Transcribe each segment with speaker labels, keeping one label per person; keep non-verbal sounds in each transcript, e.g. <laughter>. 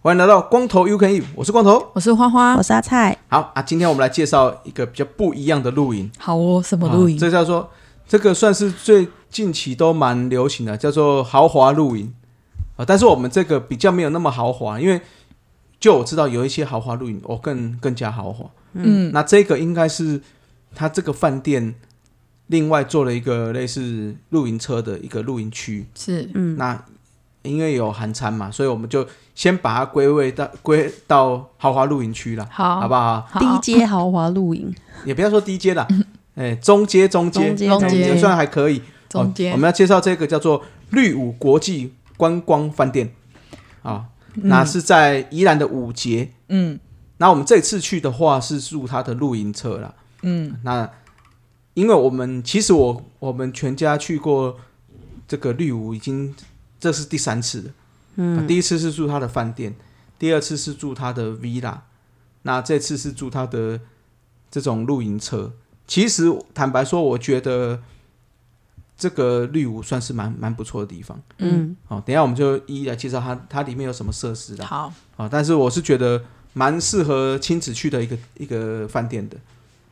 Speaker 1: 欢迎来到光头 You Can You，我是光头。
Speaker 2: 我是花花
Speaker 3: 我。是阿菜，
Speaker 1: 好啊，今天我们来介绍一个比较不一样的露营。
Speaker 2: 好哦，什么露
Speaker 1: 啊
Speaker 2: 营？
Speaker 1: 这叫做这个算是最近期都蛮流行的，叫做豪华露营啊。但是我们这个比较没有那么豪华，因为就我知道有一些豪华露营哦更更加豪华。
Speaker 2: 嗯，
Speaker 1: 那这个应该是他这个饭店另外做了一个类似露营车的一个露营区。
Speaker 2: 是
Speaker 3: 嗯，
Speaker 1: 那因为有含餐嘛，所以我们就先把它归位到归到豪华露营区啦，
Speaker 2: 嗯好，
Speaker 1: 好不好？
Speaker 2: 好
Speaker 3: 第一阶豪华露
Speaker 1: <laughs>
Speaker 3: 营，
Speaker 1: 也不要说低阶啦，哎、中阶中阶
Speaker 3: 中阶
Speaker 1: 哎
Speaker 2: 嗯中阶
Speaker 1: 也算还可以。
Speaker 2: 中
Speaker 1: 哦
Speaker 2: 间
Speaker 1: 我们要介绍这个叫做绿舞国际观光饭店啊、那是在宜兰的五节。
Speaker 2: 嗯
Speaker 1: 那我们这次去的话是住他的露营车啦。
Speaker 2: 嗯
Speaker 1: 那因为我们其实我我们全家去过这个绿舞，已经这是第三次了。嗯，第一次是住他的饭店，第二次是住他的 villa，那这次是住他的这种露营车。其实坦白说，我觉得这个绿舞算是蛮蛮不错的地方。
Speaker 2: 嗯
Speaker 3: 嗯，
Speaker 1: 好、等一下我们就一一来介绍它它里面有什么设施啦。
Speaker 2: 好，
Speaker 1: 啊、但是我是觉得蛮适合亲子去的一个一个饭店的。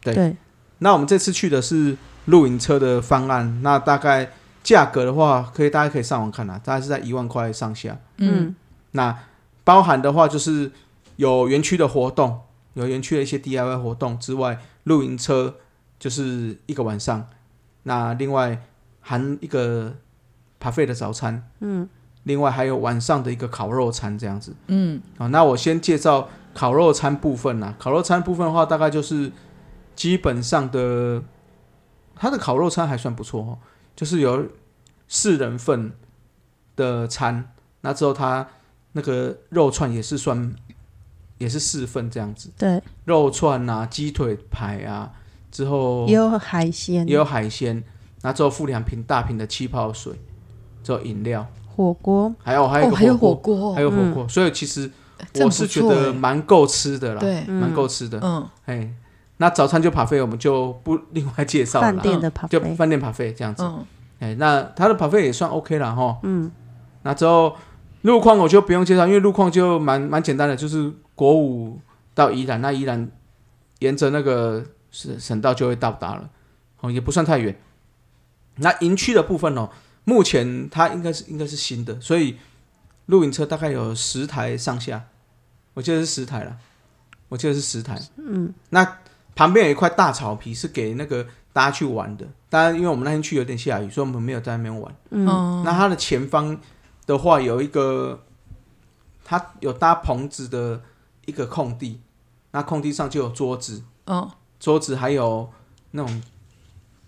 Speaker 1: 对
Speaker 3: 对，
Speaker 1: 那我们这次去的是露营车的方案，那大概价格的话，可以大家可以上网看啦、大概是在一万块上下。
Speaker 2: 嗯
Speaker 3: 嗯
Speaker 1: 那包含的话就是有园区的活动，有园区的一些 DIY 活动之外，露营车就是一个晚上，那另外含一个 buffet 的早餐，嗯，另外还有晚上的一个烤肉餐这样子。
Speaker 2: 嗯
Speaker 1: 好，啊那我先介绍烤肉餐部分啦。烤肉餐部分的话，大概就是基本上的，它的烤肉餐还算不错哦，就是有四人份的餐，那之后它那个肉串也是算也是四份这样子，
Speaker 3: 对，
Speaker 1: 肉串啊、鸡腿排啊，之后
Speaker 3: 也有海鲜，
Speaker 1: 也有海鲜，那之后附两瓶大瓶的气泡水，之后饮料，
Speaker 3: 火锅，
Speaker 1: 还有还有一
Speaker 2: 哦，
Speaker 1: 个
Speaker 2: 还有火
Speaker 1: 火锅，
Speaker 2: 锅
Speaker 1: 还
Speaker 2: 哦，
Speaker 1: 有火锅，所以其实。
Speaker 2: 这
Speaker 1: 我
Speaker 2: 不
Speaker 1: 是觉
Speaker 2: 错
Speaker 1: 得
Speaker 2: 哎
Speaker 1: 蛮够吃的啦，
Speaker 2: 对，
Speaker 1: 蛮够吃的。
Speaker 2: 嗯
Speaker 1: 哎，那早餐就扒费，我们就不另外介绍了
Speaker 3: 饭
Speaker 1: 啦，嗯
Speaker 3: 店的
Speaker 1: 就
Speaker 3: buffet，
Speaker 1: 饭店扒费这样子。
Speaker 2: 嗯
Speaker 1: 哎，那他的扒费也算 OK 了哈。嗯，那之后路况我就不用介绍，因为路况就蛮蛮简单的，就是国五到宜兰，那宜兰沿着那个省省道就会到达了，哦，也不算太远。那营区的部分哦，目前它应该是应该是新的，所以露营车大概有十台上下，我记得是十台了，我记得是十台。嗯，那旁边有一块大草皮是给那个大家去玩的，当然因为我们那天去有点下雨，所以我们没有在那边玩。
Speaker 2: 嗯
Speaker 1: 那它的前方的话有一个，它有搭棚子的一个空地，那空地上就有桌子，
Speaker 2: 嗯
Speaker 1: 桌子还有那种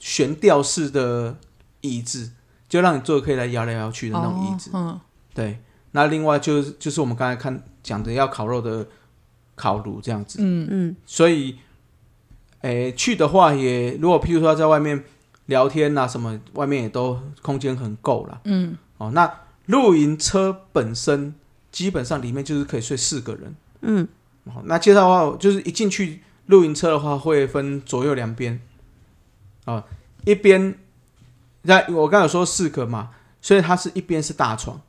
Speaker 1: 悬吊式的椅子，就让你坐可以来摇来摇去的那种椅子。
Speaker 2: 哦
Speaker 1: 对，那另外就是就是我们刚才看讲的要烤肉的烤炉这样子。
Speaker 2: 嗯嗯
Speaker 3: 嗯，
Speaker 1: 所以，诶、去的话也，如果譬如说在外面聊天啊什么，外面也都空间很够啦。
Speaker 2: 嗯
Speaker 1: 哦，那露营车本身基本上里面就是可以睡四个人。嗯，哦，那介绍的话，就是一进去露营车的话，会分左右两边。哦，一边，那我刚才有说四个嘛，所以它是一边是大床，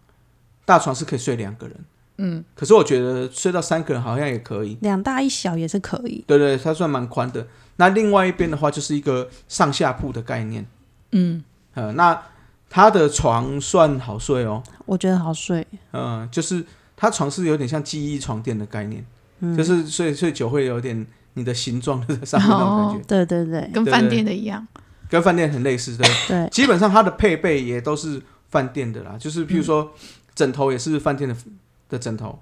Speaker 1: 大床是可以睡两个人。
Speaker 2: 嗯，
Speaker 1: 可是我觉得睡到三个人好像也可以。
Speaker 3: 两大一小也是可以，
Speaker 1: 对对，它算蛮宽的。那另外一边的话，就是一个上下铺的概念。
Speaker 2: 嗯
Speaker 1: 呃，那它的床算好睡哦，
Speaker 3: 我觉得好睡，
Speaker 1: 呃，就是它床是有点像记忆床垫的概念，就是睡睡久会有点你的形状在上面那种感觉，
Speaker 3: 对对
Speaker 1: <laughs>
Speaker 3: 对
Speaker 2: 跟
Speaker 1: 对
Speaker 2: 饭
Speaker 1: 对
Speaker 2: 店的一样，
Speaker 1: 跟饭店很类似。对，
Speaker 3: 对，
Speaker 1: 基本上它的配备也都是饭店的啦，就是譬如说枕头也是饭店的的枕头，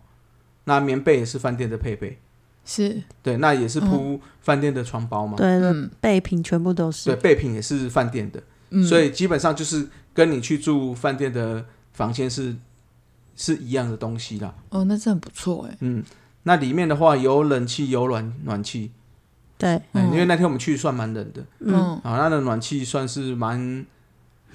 Speaker 1: 那棉被也是饭店的配备，
Speaker 2: 是
Speaker 1: 对，那也是铺饭店的床包嘛，
Speaker 3: 对对，
Speaker 2: 嗯
Speaker 3: 备品全部都
Speaker 1: 对，
Speaker 3: 是，
Speaker 1: 备品也是饭店的。
Speaker 2: 嗯，
Speaker 1: 所以基本上就是跟你去住饭店的房间是是一样的东西啦。
Speaker 2: 哦，那真的不错哎，
Speaker 1: 嗯，那里面的话有冷气，有暖暖气、
Speaker 3: 对，
Speaker 1: 嗯
Speaker 2: 嗯
Speaker 1: 因为那天我们去算蛮冷的，
Speaker 3: 嗯
Speaker 2: 嗯
Speaker 1: 啊，那个暖气算是蛮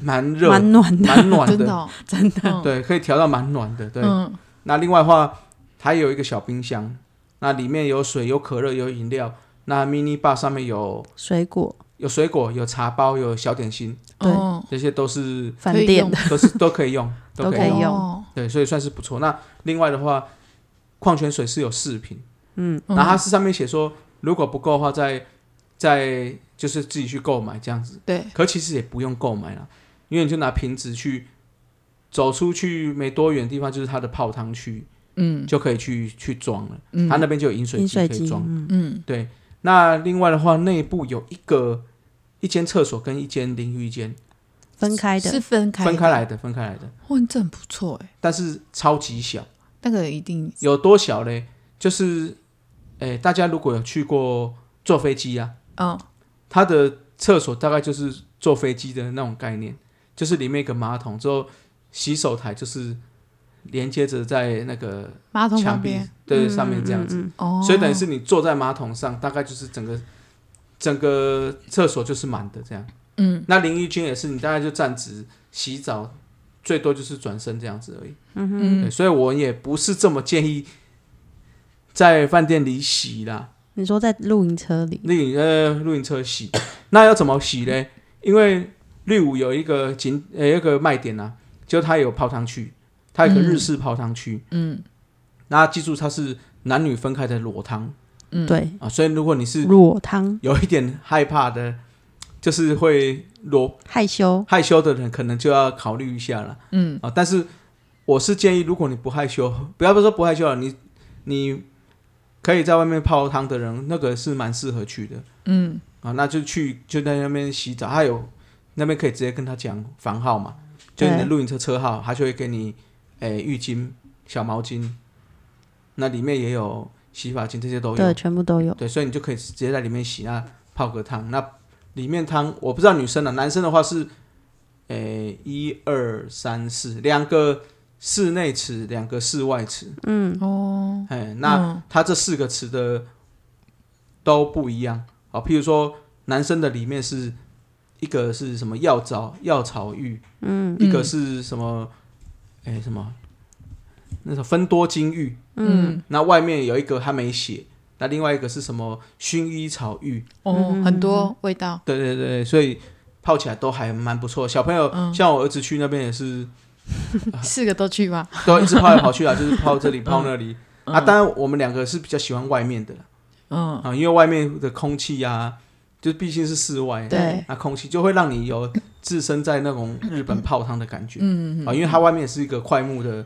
Speaker 1: 蛮热，
Speaker 3: 蛮暖
Speaker 1: <laughs>
Speaker 3: 的，
Speaker 1: 蛮暖
Speaker 2: 真的
Speaker 1: 的，
Speaker 2: 哦
Speaker 3: 真的。
Speaker 2: 嗯
Speaker 1: 对，可以调到蛮暖的。对，
Speaker 2: 嗯
Speaker 1: 那另外的话，它有一个小冰箱，那里面有水、有可乐、有饮料。那 mini bar 上面有
Speaker 3: 水果
Speaker 1: 有水果、有茶包、有小点心，
Speaker 3: 对
Speaker 2: 哦
Speaker 1: 这些都是
Speaker 3: 饭
Speaker 2: 可以
Speaker 3: 店
Speaker 2: 用
Speaker 3: 的，
Speaker 1: 都是都可以用，都
Speaker 3: 都可以用
Speaker 2: 哦
Speaker 1: 对，所以算是不错。那另外的话，矿泉水是有饰品，
Speaker 3: 嗯，
Speaker 1: 然后它
Speaker 2: 嗯
Speaker 1: 是上面写说，如果不够的话再再就是自己去购买这样子。
Speaker 2: 对
Speaker 1: 可其实也不用购买了，因为你就拿瓶子去走出去没多远的地方，就是它的泡汤区，
Speaker 2: 嗯
Speaker 1: 就可以去去装了。
Speaker 2: 嗯
Speaker 1: 它那边就有饮水
Speaker 3: 饮
Speaker 1: 机
Speaker 3: 水
Speaker 1: 可以
Speaker 3: 机，
Speaker 1: 装。
Speaker 3: 嗯，
Speaker 2: 嗯
Speaker 1: 那另外的话，内部有一个一间厕所跟一间淋浴间
Speaker 3: 分开
Speaker 2: 是
Speaker 3: 的，
Speaker 2: 分开
Speaker 1: 分开
Speaker 2: 的
Speaker 1: 来的，分开来的，
Speaker 2: 哇，这很不错哎，
Speaker 1: 但是超级小，
Speaker 2: 那个一定
Speaker 1: 有多小嘞？就是，诶，大家如果有去过坐飞机啊，
Speaker 2: 嗯
Speaker 1: 它的厕所大概就是坐飞机的那种概念，就是里面一个马桶之后，洗手台就是连接着在那个
Speaker 2: 马桶
Speaker 1: 墙
Speaker 2: 旁
Speaker 1: 壁
Speaker 2: 边
Speaker 1: 对上面这样子，
Speaker 3: 嗯，嗯嗯
Speaker 2: 哦，
Speaker 1: 所以等于是你坐在马桶上，大概就是整个整个厕所就是满的这样。
Speaker 2: 嗯
Speaker 1: 那淋浴间也是，你大概就站直洗澡，最多就是转身这样子而已。对，
Speaker 2: 嗯
Speaker 1: 所以我也不是这么建议在饭店里洗啦。
Speaker 3: 你说在露营车里，
Speaker 1: 那你呃露营车洗， <coughs> 那要怎么洗嘞？因为绿舞有一个景呃有一个卖点啊，就它有泡汤区，它有个日式泡汤区。
Speaker 2: 嗯
Speaker 1: 那记住它是男女分开的裸汤
Speaker 2: 嗯
Speaker 3: 对，
Speaker 1: 啊，所以如果你是
Speaker 3: 裸汤，
Speaker 1: 有一点害怕的，就是会裸
Speaker 3: 害羞，
Speaker 1: 害羞的人，可能就要考虑一下了
Speaker 2: 嗯
Speaker 1: 啊。但是我是建议，如果你不害羞，不要说不害羞了，你你可以在外面泡汤的人，那个是蛮适合去的。
Speaker 2: 嗯
Speaker 1: 啊，那就去就在那边洗澡，还有那边可以直接跟他讲房号嘛，就
Speaker 3: 对
Speaker 1: 你的露营车车号，他就会给你诶、浴巾、小毛巾，那里面也有洗发精，这些都有。
Speaker 3: 对，全部都有，
Speaker 1: 对，所以你就可以直接在里面洗，那泡个汤。那里面汤我不知道女生的，啊男生的话是，诶一二三四两个室内池，两个室外池。
Speaker 3: 嗯，
Speaker 2: 哦
Speaker 1: 哎，那
Speaker 2: 嗯
Speaker 1: 它这四个词的都不一样啊、譬如说，男生的里面是一个是什么药草药草浴，
Speaker 3: 嗯
Speaker 1: 一个是什么哎、什么那种芬多精浴，
Speaker 3: 嗯，
Speaker 1: 那外面有一个他没写，那另外一个是什么薰衣草浴？
Speaker 2: 哦
Speaker 3: 嗯
Speaker 2: 很多味道
Speaker 1: 对对对，所以泡起来都还蛮不错。小朋友、
Speaker 2: 嗯
Speaker 1: 像我儿子去那边也是
Speaker 2: 四个都去吧
Speaker 1: 都一直泡来跑
Speaker 2: <laughs>
Speaker 1: 去啊，就是泡这里泡那里、啊。当然我们两个是比较喜欢外面的啦。
Speaker 2: 嗯
Speaker 1: 啊，因为外面的空气呀、就毕竟是室外，
Speaker 2: 对
Speaker 1: 那空气就会让你有置身在那种日本泡汤的感觉、
Speaker 2: 嗯
Speaker 1: 啊，因为它外面是一个快木的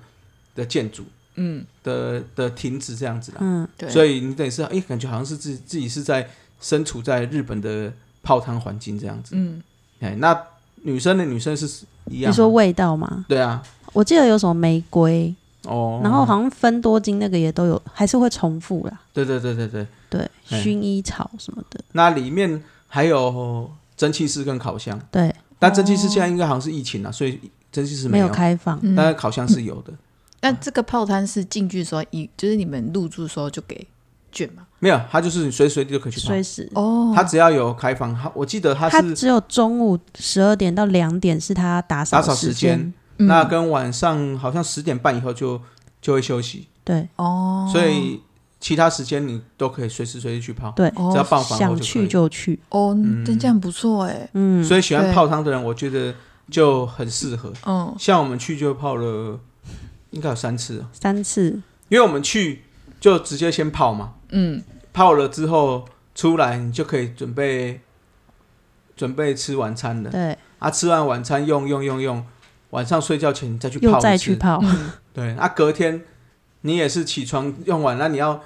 Speaker 1: 的建筑
Speaker 2: 嗯
Speaker 1: 的的亭子这样子啦，
Speaker 3: 嗯，
Speaker 2: 对
Speaker 1: 所以你等于是哎、感觉好像是自己自己是在身处在日本的泡汤环境这样子，
Speaker 2: 嗯
Speaker 1: 哎、那女生的女生是一样啊吗，
Speaker 3: 你说味道吗？
Speaker 1: 对啊，
Speaker 3: 我记得有什么玫瑰，
Speaker 1: 哦，
Speaker 3: 然后好像芬多精那个也都有，还是会重复啦。
Speaker 1: 对对对对对，
Speaker 3: 对，
Speaker 1: 嗯
Speaker 3: 薰衣草什么的，
Speaker 1: 那里面还有蒸汽室跟烤箱，
Speaker 3: 对，
Speaker 1: 但蒸汽室现在应该好像是疫情了，所以蒸汽室
Speaker 3: 没
Speaker 1: 有
Speaker 3: 有开放。
Speaker 2: 嗯
Speaker 1: 但是烤箱是有的，
Speaker 2: 那这个泡汤是进去的时候，一就是你们入住的时候就给券嘛？
Speaker 1: 没有，它就是你随时随地都可以去
Speaker 3: 随
Speaker 1: 泡。
Speaker 3: 时，
Speaker 2: 哦
Speaker 1: 它只要有开放，它我记得它
Speaker 3: 它
Speaker 1: 是
Speaker 3: 只有中午十二点到两点是它打扫
Speaker 1: 打扫时
Speaker 3: 间
Speaker 1: 间，，
Speaker 2: 嗯
Speaker 3: 嗯
Speaker 1: 那跟晚上好像十点半以后就就会休息，
Speaker 3: 对
Speaker 2: 哦，
Speaker 1: 所以其他时间你都可以随时随地去泡。
Speaker 3: 对，
Speaker 2: 哦
Speaker 1: 只要嗯放房后
Speaker 3: 想
Speaker 1: 就可以
Speaker 3: 去就去，
Speaker 2: 哦，那这样不错哎，
Speaker 3: 嗯，
Speaker 1: 所以喜欢
Speaker 2: 对
Speaker 1: 泡汤的人，我觉得就很适合。
Speaker 2: 嗯
Speaker 1: 像我们去就泡了，应该有三次哦，
Speaker 3: 三次，
Speaker 1: 因为我们去就直接先泡嘛，
Speaker 2: 嗯
Speaker 1: 泡了之后出来你就可以准备准备吃晚餐了。
Speaker 3: 对，
Speaker 1: 啊，吃完晚餐用用用用，晚上睡觉前你再去泡
Speaker 3: 又
Speaker 1: 一
Speaker 3: 再
Speaker 1: 次
Speaker 3: 去泡，
Speaker 1: 对，那、隔天你也是起床用完，那你要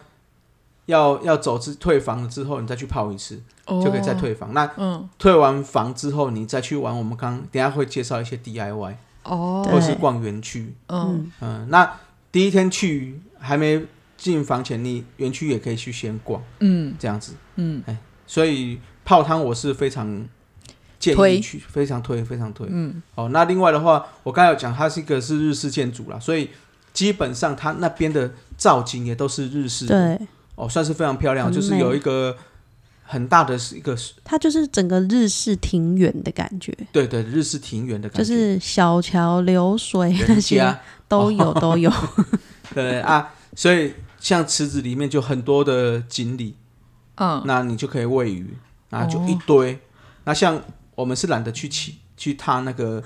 Speaker 1: 要要走之退房了之后，你再去泡一次，
Speaker 2: 哦
Speaker 1: <laughs> 就可以再退房。那
Speaker 2: 嗯
Speaker 1: 退完房之后，你再去玩，我们刚等一下会介绍一些 DIY
Speaker 2: 哦
Speaker 1: 或是
Speaker 3: 对
Speaker 1: 逛园区。
Speaker 2: 嗯
Speaker 3: 嗯，
Speaker 1: 嗯，那第一天去还没进房前，你园区也可以去先逛
Speaker 2: 嗯
Speaker 1: 这样子。
Speaker 2: 嗯
Speaker 1: 所以泡汤我是非常建议
Speaker 2: 推
Speaker 1: 去，非常推，非常推。
Speaker 2: 嗯
Speaker 1: 哦，那另外的话，我刚才有讲，它是一个是日式建筑啦，所以基本上它那边的造景也都是日式的，
Speaker 3: 对，
Speaker 1: 哦，算是非常漂亮，
Speaker 3: 很
Speaker 1: 就是有一个很大的是一个，
Speaker 3: 它就是整个日式庭园的感觉，
Speaker 1: 对对，日式庭园的感觉，
Speaker 3: 就是小桥流水那
Speaker 1: 人 <laughs>
Speaker 3: 些
Speaker 1: 家，
Speaker 3: 都有都有。
Speaker 1: 对啊，所以像池子里面就很多的锦鲤，
Speaker 2: 嗯，
Speaker 1: 那你就可以喂鱼，然后就一堆。那像我们是懒得去骑去踏那个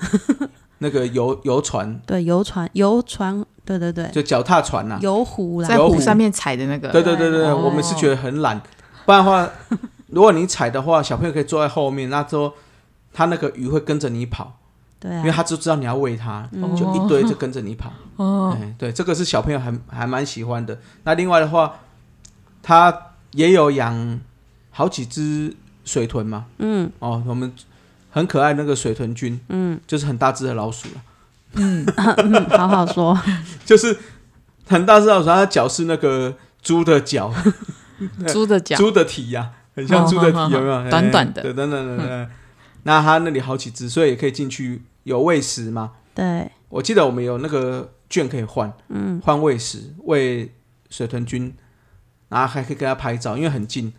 Speaker 1: 那个游游船，
Speaker 3: 对，游船游船，对对对，
Speaker 1: 就啊脚踏船呐、
Speaker 3: 游湖啦
Speaker 2: 在，
Speaker 1: 有
Speaker 2: 湖
Speaker 1: 湖
Speaker 2: 上面踩的那个，
Speaker 1: 对对对对，
Speaker 2: 哦
Speaker 1: 我们是觉得很懒。不然的话，如果你踩的话，小朋友可以坐在后面，那之后他那个鱼会跟着你跑，
Speaker 3: 对
Speaker 1: 因为
Speaker 3: 啊，
Speaker 1: 他就知道你要喂它，
Speaker 2: 嗯
Speaker 1: 就一堆就跟着你跑。
Speaker 2: 哦，
Speaker 1: 哎，对，这个是小朋友还还蛮喜欢的。那另外的话，他也有养好几只水豚嘛。嗯，哦，我们很可爱那个水豚君，嗯，就是很大只的老鼠了，
Speaker 3: 嗯好好说，
Speaker 1: 就是很大只的老鼠，它的脚是那个猪的脚，
Speaker 2: 猪的 <laughs> 脚，
Speaker 1: 猪的蹄呀、很像猪的蹄，
Speaker 2: 哦好好
Speaker 1: 有没有？
Speaker 2: 好短短的
Speaker 1: 哎对，等等等等。那它那里好几只，所以也可以进去有喂食嘛。
Speaker 3: 对，
Speaker 1: 我记得我们有那个券可以换，嗯，换喂食喂水豚君，然后还可以跟他拍照，因为很近，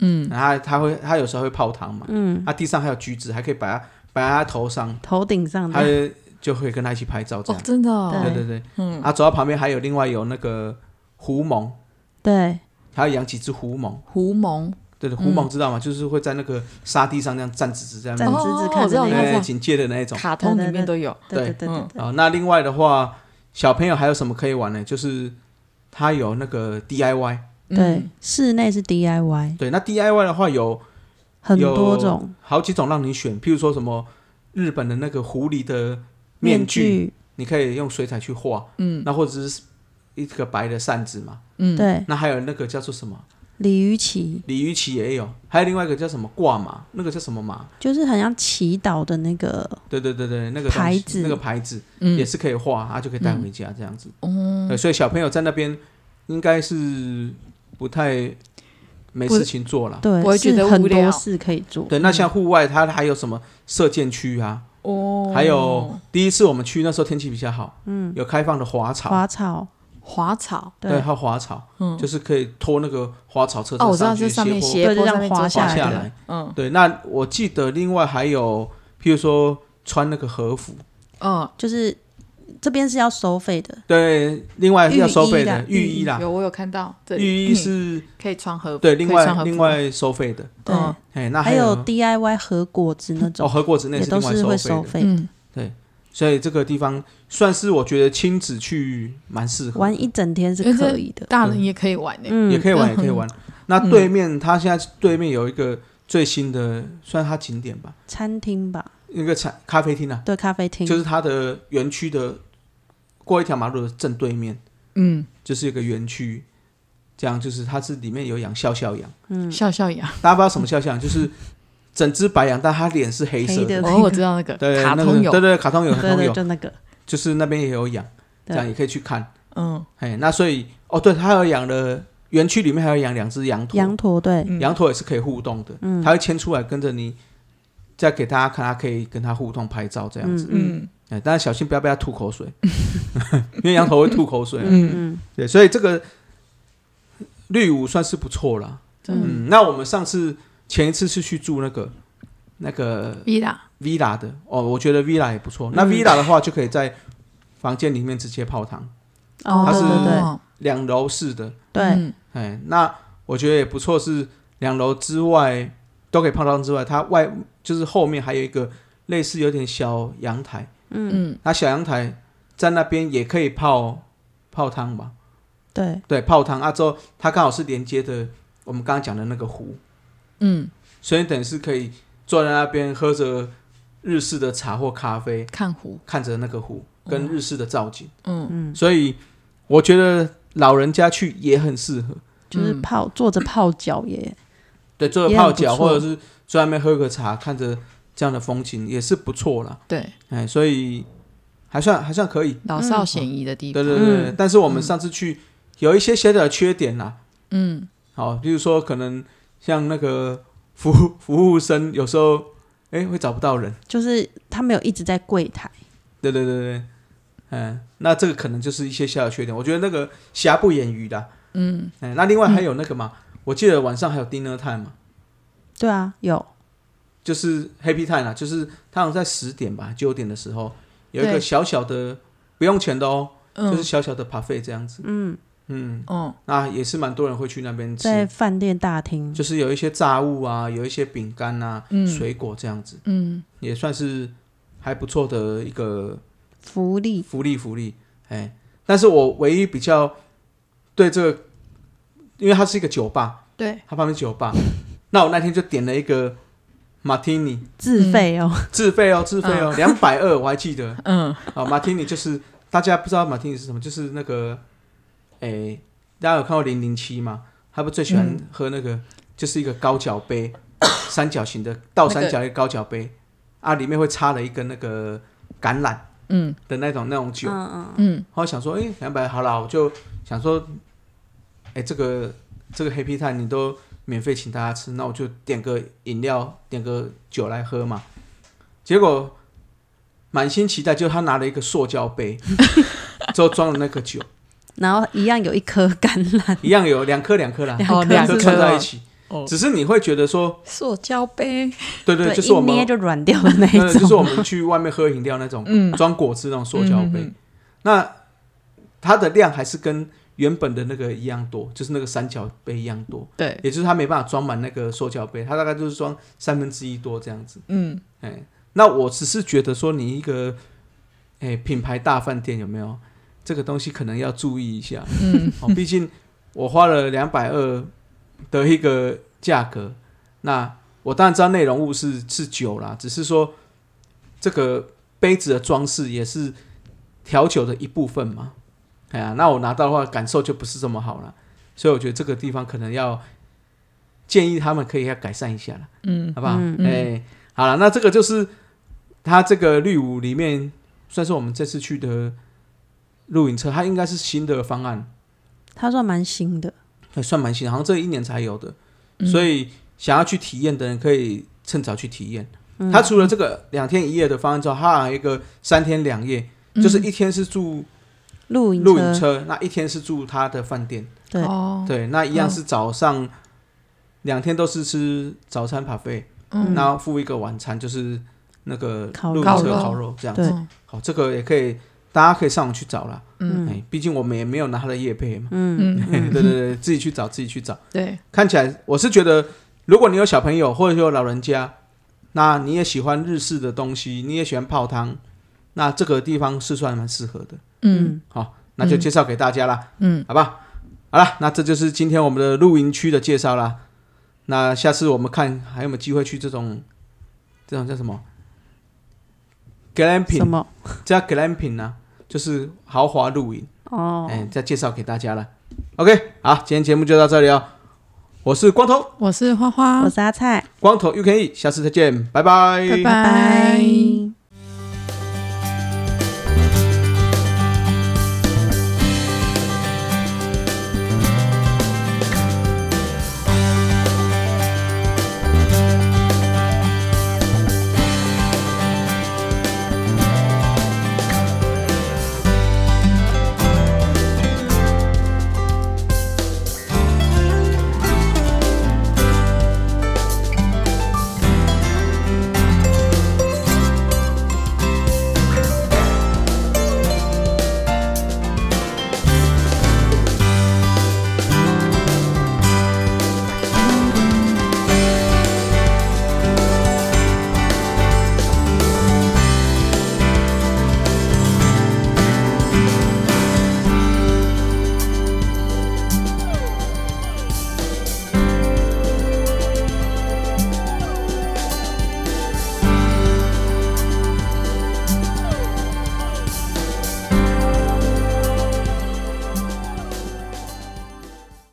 Speaker 2: 嗯，
Speaker 1: 然后他他会他有时候会泡汤嘛，嗯，他地上还有橘子，还可以摆他摆在他头上，
Speaker 3: 头顶上
Speaker 1: 他
Speaker 3: 的，
Speaker 1: 就会跟他一起拍照这
Speaker 2: 哦，
Speaker 1: 样，
Speaker 2: 真的哦，
Speaker 1: 对
Speaker 3: 对
Speaker 1: 对对，嗯，啊，走到旁边还有另外有那个狐獴，
Speaker 3: 对，
Speaker 1: 还有养几只狐獴，
Speaker 2: 狐獴，
Speaker 1: 对对，狐獴知道吗？就是会在那个沙地上那样站直直这样
Speaker 3: 站，直直
Speaker 2: 哦我
Speaker 3: 看着
Speaker 2: 知道
Speaker 3: 那
Speaker 2: 我
Speaker 3: 个，
Speaker 2: 知道
Speaker 1: 对，警戒的那一种。
Speaker 2: 卡通里面都有，
Speaker 3: 对
Speaker 1: 对
Speaker 3: 对对
Speaker 2: 嗯
Speaker 3: 对对，
Speaker 1: 啊、那另外的话，小朋友还有什么可以玩呢？就是他有那个 DIY，
Speaker 2: 嗯
Speaker 3: 对，室内是 DIY，
Speaker 1: 对，那 DIY 的话有
Speaker 3: 很
Speaker 1: 有
Speaker 3: 多种
Speaker 1: 好几种让你选，譬如说什么日本的那个狐狸的面具，
Speaker 3: 具，
Speaker 1: 你可以用水彩去画，
Speaker 2: 嗯
Speaker 1: 那或者是一个白的扇子嘛，
Speaker 2: 嗯，
Speaker 3: 对，
Speaker 1: 那还有那个叫做什么
Speaker 3: 鲤鱼旗
Speaker 1: 鲤鱼旗也有，还有另外一个叫什么挂马，那个叫什么马？
Speaker 3: 就是很像祈祷的那个，
Speaker 1: 对对对对，那个东西
Speaker 3: 牌子
Speaker 1: 那个牌子
Speaker 2: 嗯
Speaker 1: 也是可以画，啊他就可以带回家这样子。
Speaker 2: 哦，
Speaker 1: 对，所以小朋友在那边应该是不太没
Speaker 2: 不
Speaker 1: 事情做了。
Speaker 3: 对，
Speaker 2: 我会觉得
Speaker 3: 是很
Speaker 2: 无聊
Speaker 3: 多事可以做，
Speaker 1: 对，那像户外，它还有什么射箭区啊？
Speaker 2: 哦，
Speaker 1: 还有第一次我们去那时候天气比较好，嗯，有开放的滑草，
Speaker 3: 花草，
Speaker 2: 滑草，
Speaker 1: 对，
Speaker 3: 对
Speaker 1: 还有滑草，
Speaker 2: 嗯
Speaker 1: 就是可以拖那个滑草车子
Speaker 2: 哦，我知道，
Speaker 1: 去
Speaker 2: 就上面
Speaker 1: 斜
Speaker 2: 斜
Speaker 3: 坡
Speaker 2: 坡
Speaker 3: 对
Speaker 2: 上面
Speaker 3: 就这样
Speaker 2: 走
Speaker 3: 滑
Speaker 1: 下
Speaker 2: 来
Speaker 1: 下
Speaker 2: 的
Speaker 1: 来，坡。
Speaker 2: 嗯
Speaker 1: 对，那我记得另外还有，譬如说穿那个和服，
Speaker 2: 嗯，
Speaker 3: 就是这边是要收费的，
Speaker 1: 对，另外要收费的
Speaker 3: 浴
Speaker 1: 浴衣啦，
Speaker 2: 有我有看到，这里
Speaker 1: 浴衣
Speaker 2: 嗯
Speaker 1: 是
Speaker 2: 可以穿和服，
Speaker 1: 对，另
Speaker 2: 可以穿
Speaker 1: 外
Speaker 2: 和服
Speaker 1: 另，外收费的，
Speaker 3: 对，
Speaker 2: 嗯
Speaker 1: 哎，那
Speaker 3: 还
Speaker 1: 有
Speaker 3: 有 DIY 和果子那
Speaker 1: 哦，
Speaker 3: 种，
Speaker 1: 和果子那
Speaker 3: 也
Speaker 1: 是
Speaker 3: 都
Speaker 1: 另外
Speaker 3: 是会
Speaker 1: 费
Speaker 3: 收
Speaker 1: 的，
Speaker 3: 费，
Speaker 2: 嗯，
Speaker 1: 所以这个地方算是我觉得亲子去蛮适合的，
Speaker 3: 玩一整天是可以的，
Speaker 2: 大人也可以玩呢，
Speaker 3: 嗯
Speaker 1: 也可以玩，也
Speaker 2: 嗯
Speaker 1: 可以玩。那对面，它现在对面有一个最新的，算它景点吧，
Speaker 3: 餐厅吧，
Speaker 1: 一个茶咖啡厅啊，
Speaker 3: 对，咖啡厅，
Speaker 1: 就是它的园区的过一条马路的正对面，
Speaker 2: 嗯，
Speaker 1: 就是一个园区。这样就是它是里面有养笑笑羊，
Speaker 2: 笑笑羊，
Speaker 1: 大家不知道什么笑笑
Speaker 3: <laughs>
Speaker 1: 羊，就是整只白羊，但它脸是黑色
Speaker 3: 黑的
Speaker 1: 的。
Speaker 2: 哦，我知道那个
Speaker 1: 对，
Speaker 2: 卡
Speaker 1: 那
Speaker 2: 通
Speaker 1: 个对
Speaker 2: 有，
Speaker 1: 对，卡通有，卡
Speaker 3: 对
Speaker 1: 通
Speaker 3: 对，
Speaker 1: 有，
Speaker 3: 就那个，
Speaker 1: 就是那边也有养，这样
Speaker 3: 对，
Speaker 1: 也可以去看。
Speaker 2: 嗯
Speaker 1: 哎，那所以哦，对，它有养了，园区里面还有养两只羊驼，
Speaker 3: 羊驼对，嗯
Speaker 2: 嗯
Speaker 1: 羊驼也是可以互动的，它会牵出来跟着你，再给大家看，它可以跟它互动拍照这样子。
Speaker 2: 嗯
Speaker 1: 哎、但是小心不要被它吐口
Speaker 2: <laughs>
Speaker 1: 水，因为羊驼会吐口水、啊。
Speaker 2: 嗯，
Speaker 1: 对，所以这个绿舞算是不错啦。
Speaker 2: 嗯，
Speaker 1: 嗯，那我们上次前一次是去住那个那个
Speaker 2: 伊拉，
Speaker 1: villa 的哦，我觉得 villa 也不错。
Speaker 2: 嗯
Speaker 1: 那 villa 的话就可以在房间里面直接泡汤，
Speaker 3: 哦，
Speaker 1: 它
Speaker 3: 对
Speaker 1: 是
Speaker 3: 对对
Speaker 1: 两楼式的，
Speaker 3: 对，
Speaker 2: 嗯
Speaker 1: 哎，那我觉得也不错，是两楼之外都可以泡汤之外，它外就是后面还有一个类似有点小阳台，
Speaker 2: 嗯，
Speaker 1: 那小阳台在那边也可以泡泡汤吧？
Speaker 3: 对，
Speaker 1: 对，泡汤啊之后，它刚好是连接的我们刚刚讲的那个湖，
Speaker 2: 嗯，
Speaker 1: 所以等于是可以坐在那边喝着日式的茶或咖啡，
Speaker 2: 看湖，
Speaker 1: 看着那个湖跟日式的造景，
Speaker 2: 嗯，
Speaker 1: 所以我觉得老人家去也很适合。
Speaker 3: 就是
Speaker 2: 嗯
Speaker 3: 泡坐着泡脚耶，
Speaker 1: 对，做个
Speaker 3: 也
Speaker 1: 泡
Speaker 3: 很不
Speaker 1: 脚，
Speaker 3: 错
Speaker 1: 或者是坐在那边喝个茶，看着这样的风景也是不错啦。
Speaker 2: 对，
Speaker 1: 哎，所以还算还算可以。
Speaker 2: 老少咸宜的地
Speaker 1: 对
Speaker 2: 方，
Speaker 1: 对对对，
Speaker 3: 嗯
Speaker 1: 但是我们上次去有一些小小的缺点啦。
Speaker 2: 嗯，
Speaker 1: 好，比如说可能像那个服务服务生有时候哎会找不到人。
Speaker 3: 就是他没有一直在柜台，
Speaker 1: 对对对对，嗯，那这个可能就是一些小小的缺点。我觉得那个
Speaker 3: 嗯
Speaker 1: 瑕不掩瑜的。嗯，哎，那另外还有那个嘛，我记得晚上还有 dinner time 嘛。
Speaker 3: 对啊，有
Speaker 1: 就是 Happy Time 啦，就是他好像在十点吧九点的时候有一个
Speaker 2: 对
Speaker 1: 小小的不用钱的哦，
Speaker 2: 嗯
Speaker 1: 就是小小的 buffet 这样子。嗯嗯，
Speaker 2: 哦，
Speaker 1: 那也是蛮多人会去那边
Speaker 3: 在
Speaker 1: 吃，
Speaker 3: 饭店大厅，
Speaker 1: 就是有一些炸物啊，有一些饼干啊，
Speaker 2: 嗯
Speaker 1: 水果这样子，
Speaker 2: 嗯，
Speaker 1: 也算是还不错的一个
Speaker 3: 福利
Speaker 1: 福利福利。哎，但是我唯一比较对这个，因为它是一个酒吧，
Speaker 2: 对，
Speaker 1: 它旁边是酒
Speaker 2: <laughs>
Speaker 1: 吧，那我那天就点了一个马提尼，
Speaker 3: 自费哦， <laughs>
Speaker 1: 自费哦，自费哦，两百二我还记得。
Speaker 2: 嗯，
Speaker 1: 啊，马提尼就是大家不知道马提尼是什么，就是那个，诶、大家有看过零零七吗？他不最喜欢喝那个，就是一个高脚杯，三角形的倒三角一个高脚杯，啊，里面会插了一根那个橄榄，
Speaker 2: 嗯，
Speaker 1: 的那种那种酒。
Speaker 3: 嗯嗯，
Speaker 2: 嗯，
Speaker 1: 然后想说，诶、2两百好啦，我就想说，诶、这个这个黑皮蛋你都免费请大家吃，那我就点个饮料，点个酒来喝嘛。结果满心期待，就他拿了一个塑胶杯，之后装了那个酒，
Speaker 3: 然后一样有一颗橄榄，
Speaker 1: 一样有两颗两颗啦，
Speaker 3: 啊两颗
Speaker 2: 哦
Speaker 1: 两
Speaker 2: 两
Speaker 1: 颗
Speaker 2: 颗
Speaker 1: 串在
Speaker 2: 哦
Speaker 1: 一起。
Speaker 2: 哦，
Speaker 1: 只是你会觉得说，
Speaker 2: 塑胶杯，
Speaker 1: 对对，就是我
Speaker 3: 一
Speaker 1: 们
Speaker 3: 捏就软掉的
Speaker 1: <laughs>
Speaker 3: 那一
Speaker 1: 那
Speaker 3: 种，
Speaker 1: 就是我们去外面喝饮料那种
Speaker 2: 哎嗯
Speaker 1: 装果汁那种塑胶杯。
Speaker 2: 嗯嗯嗯
Speaker 1: 那它的量还是跟原本的那个一样多，就是那个三角杯一样多，
Speaker 2: 对，
Speaker 1: 也就是它没办法装满那个塑胶杯，它大概就是装三分之一多这样子。
Speaker 2: 嗯，
Speaker 1: 哎，那我只是觉得说，你一个哎品牌大饭店有没有这个东西可能要注意一下，嗯，哦，毕竟我花了两百二的一个价格，那我当然知道内容物是是酒啦，只是说这个杯子的装饰也是调酒的一部分嘛，哎呀，那我拿到的话感受就不是这么好了，所以我觉得这个地方可能要建议他们可以要改善一下了，嗯，好不好？哎、
Speaker 3: 嗯
Speaker 1: 好了，那这个就是它这个绿舞里面算是我们这次去的露营车，它应该是新的方案，
Speaker 3: 他说蛮新的，
Speaker 1: 还算蛮新的，好像这一年才有的，
Speaker 2: 嗯
Speaker 1: 所以想要去体验的人可以趁早去体验。
Speaker 2: 嗯
Speaker 1: 它除了这个两天一夜的方案之后，它还有一个三天两夜，
Speaker 2: 嗯
Speaker 1: 就是一天是住
Speaker 3: 露营
Speaker 1: 露营车，那一天是住他的饭店。
Speaker 3: 对
Speaker 2: 哦，
Speaker 1: 对，那一样是早上两天都是吃早餐 buffet，
Speaker 2: 嗯
Speaker 1: 然后附一个晚餐，就是那个
Speaker 3: 烤
Speaker 1: 露营
Speaker 2: 肉
Speaker 1: 车
Speaker 2: 烤肉
Speaker 1: 烤肉这样子。
Speaker 3: 对
Speaker 2: 嗯
Speaker 1: 好，这个也可以，大家可以上网去找啦。
Speaker 2: 嗯
Speaker 1: 哎，毕竟我们也没有拿他的业配嘛。
Speaker 3: 嗯
Speaker 2: 嗯，
Speaker 1: <laughs> 对对对，自己去找，自己去找。
Speaker 2: 对，
Speaker 1: 看起来我是觉得，如果你有小朋友或者说老人家，那你也喜欢日式的东西，你也喜欢泡汤，那这个地方是算蛮适合的。
Speaker 2: 嗯
Speaker 1: 好，那就介绍给大家啦，
Speaker 2: 嗯，
Speaker 1: 好吧？好啦，那这就是今天我们的露营区的介绍啦。那下次我们看还有没有机会去这种这种叫什么 glamping，
Speaker 3: 什么
Speaker 1: 叫 glamping 呢、啊就是豪华露营。
Speaker 3: 哦，
Speaker 1: 哎，再介绍给大家了。OK，好，今天节目就到这里哦。我是光头，啊
Speaker 2: 我是花花
Speaker 3: 我，是阿菜。
Speaker 1: 光头 UK，下次再见，拜拜，
Speaker 2: 拜拜。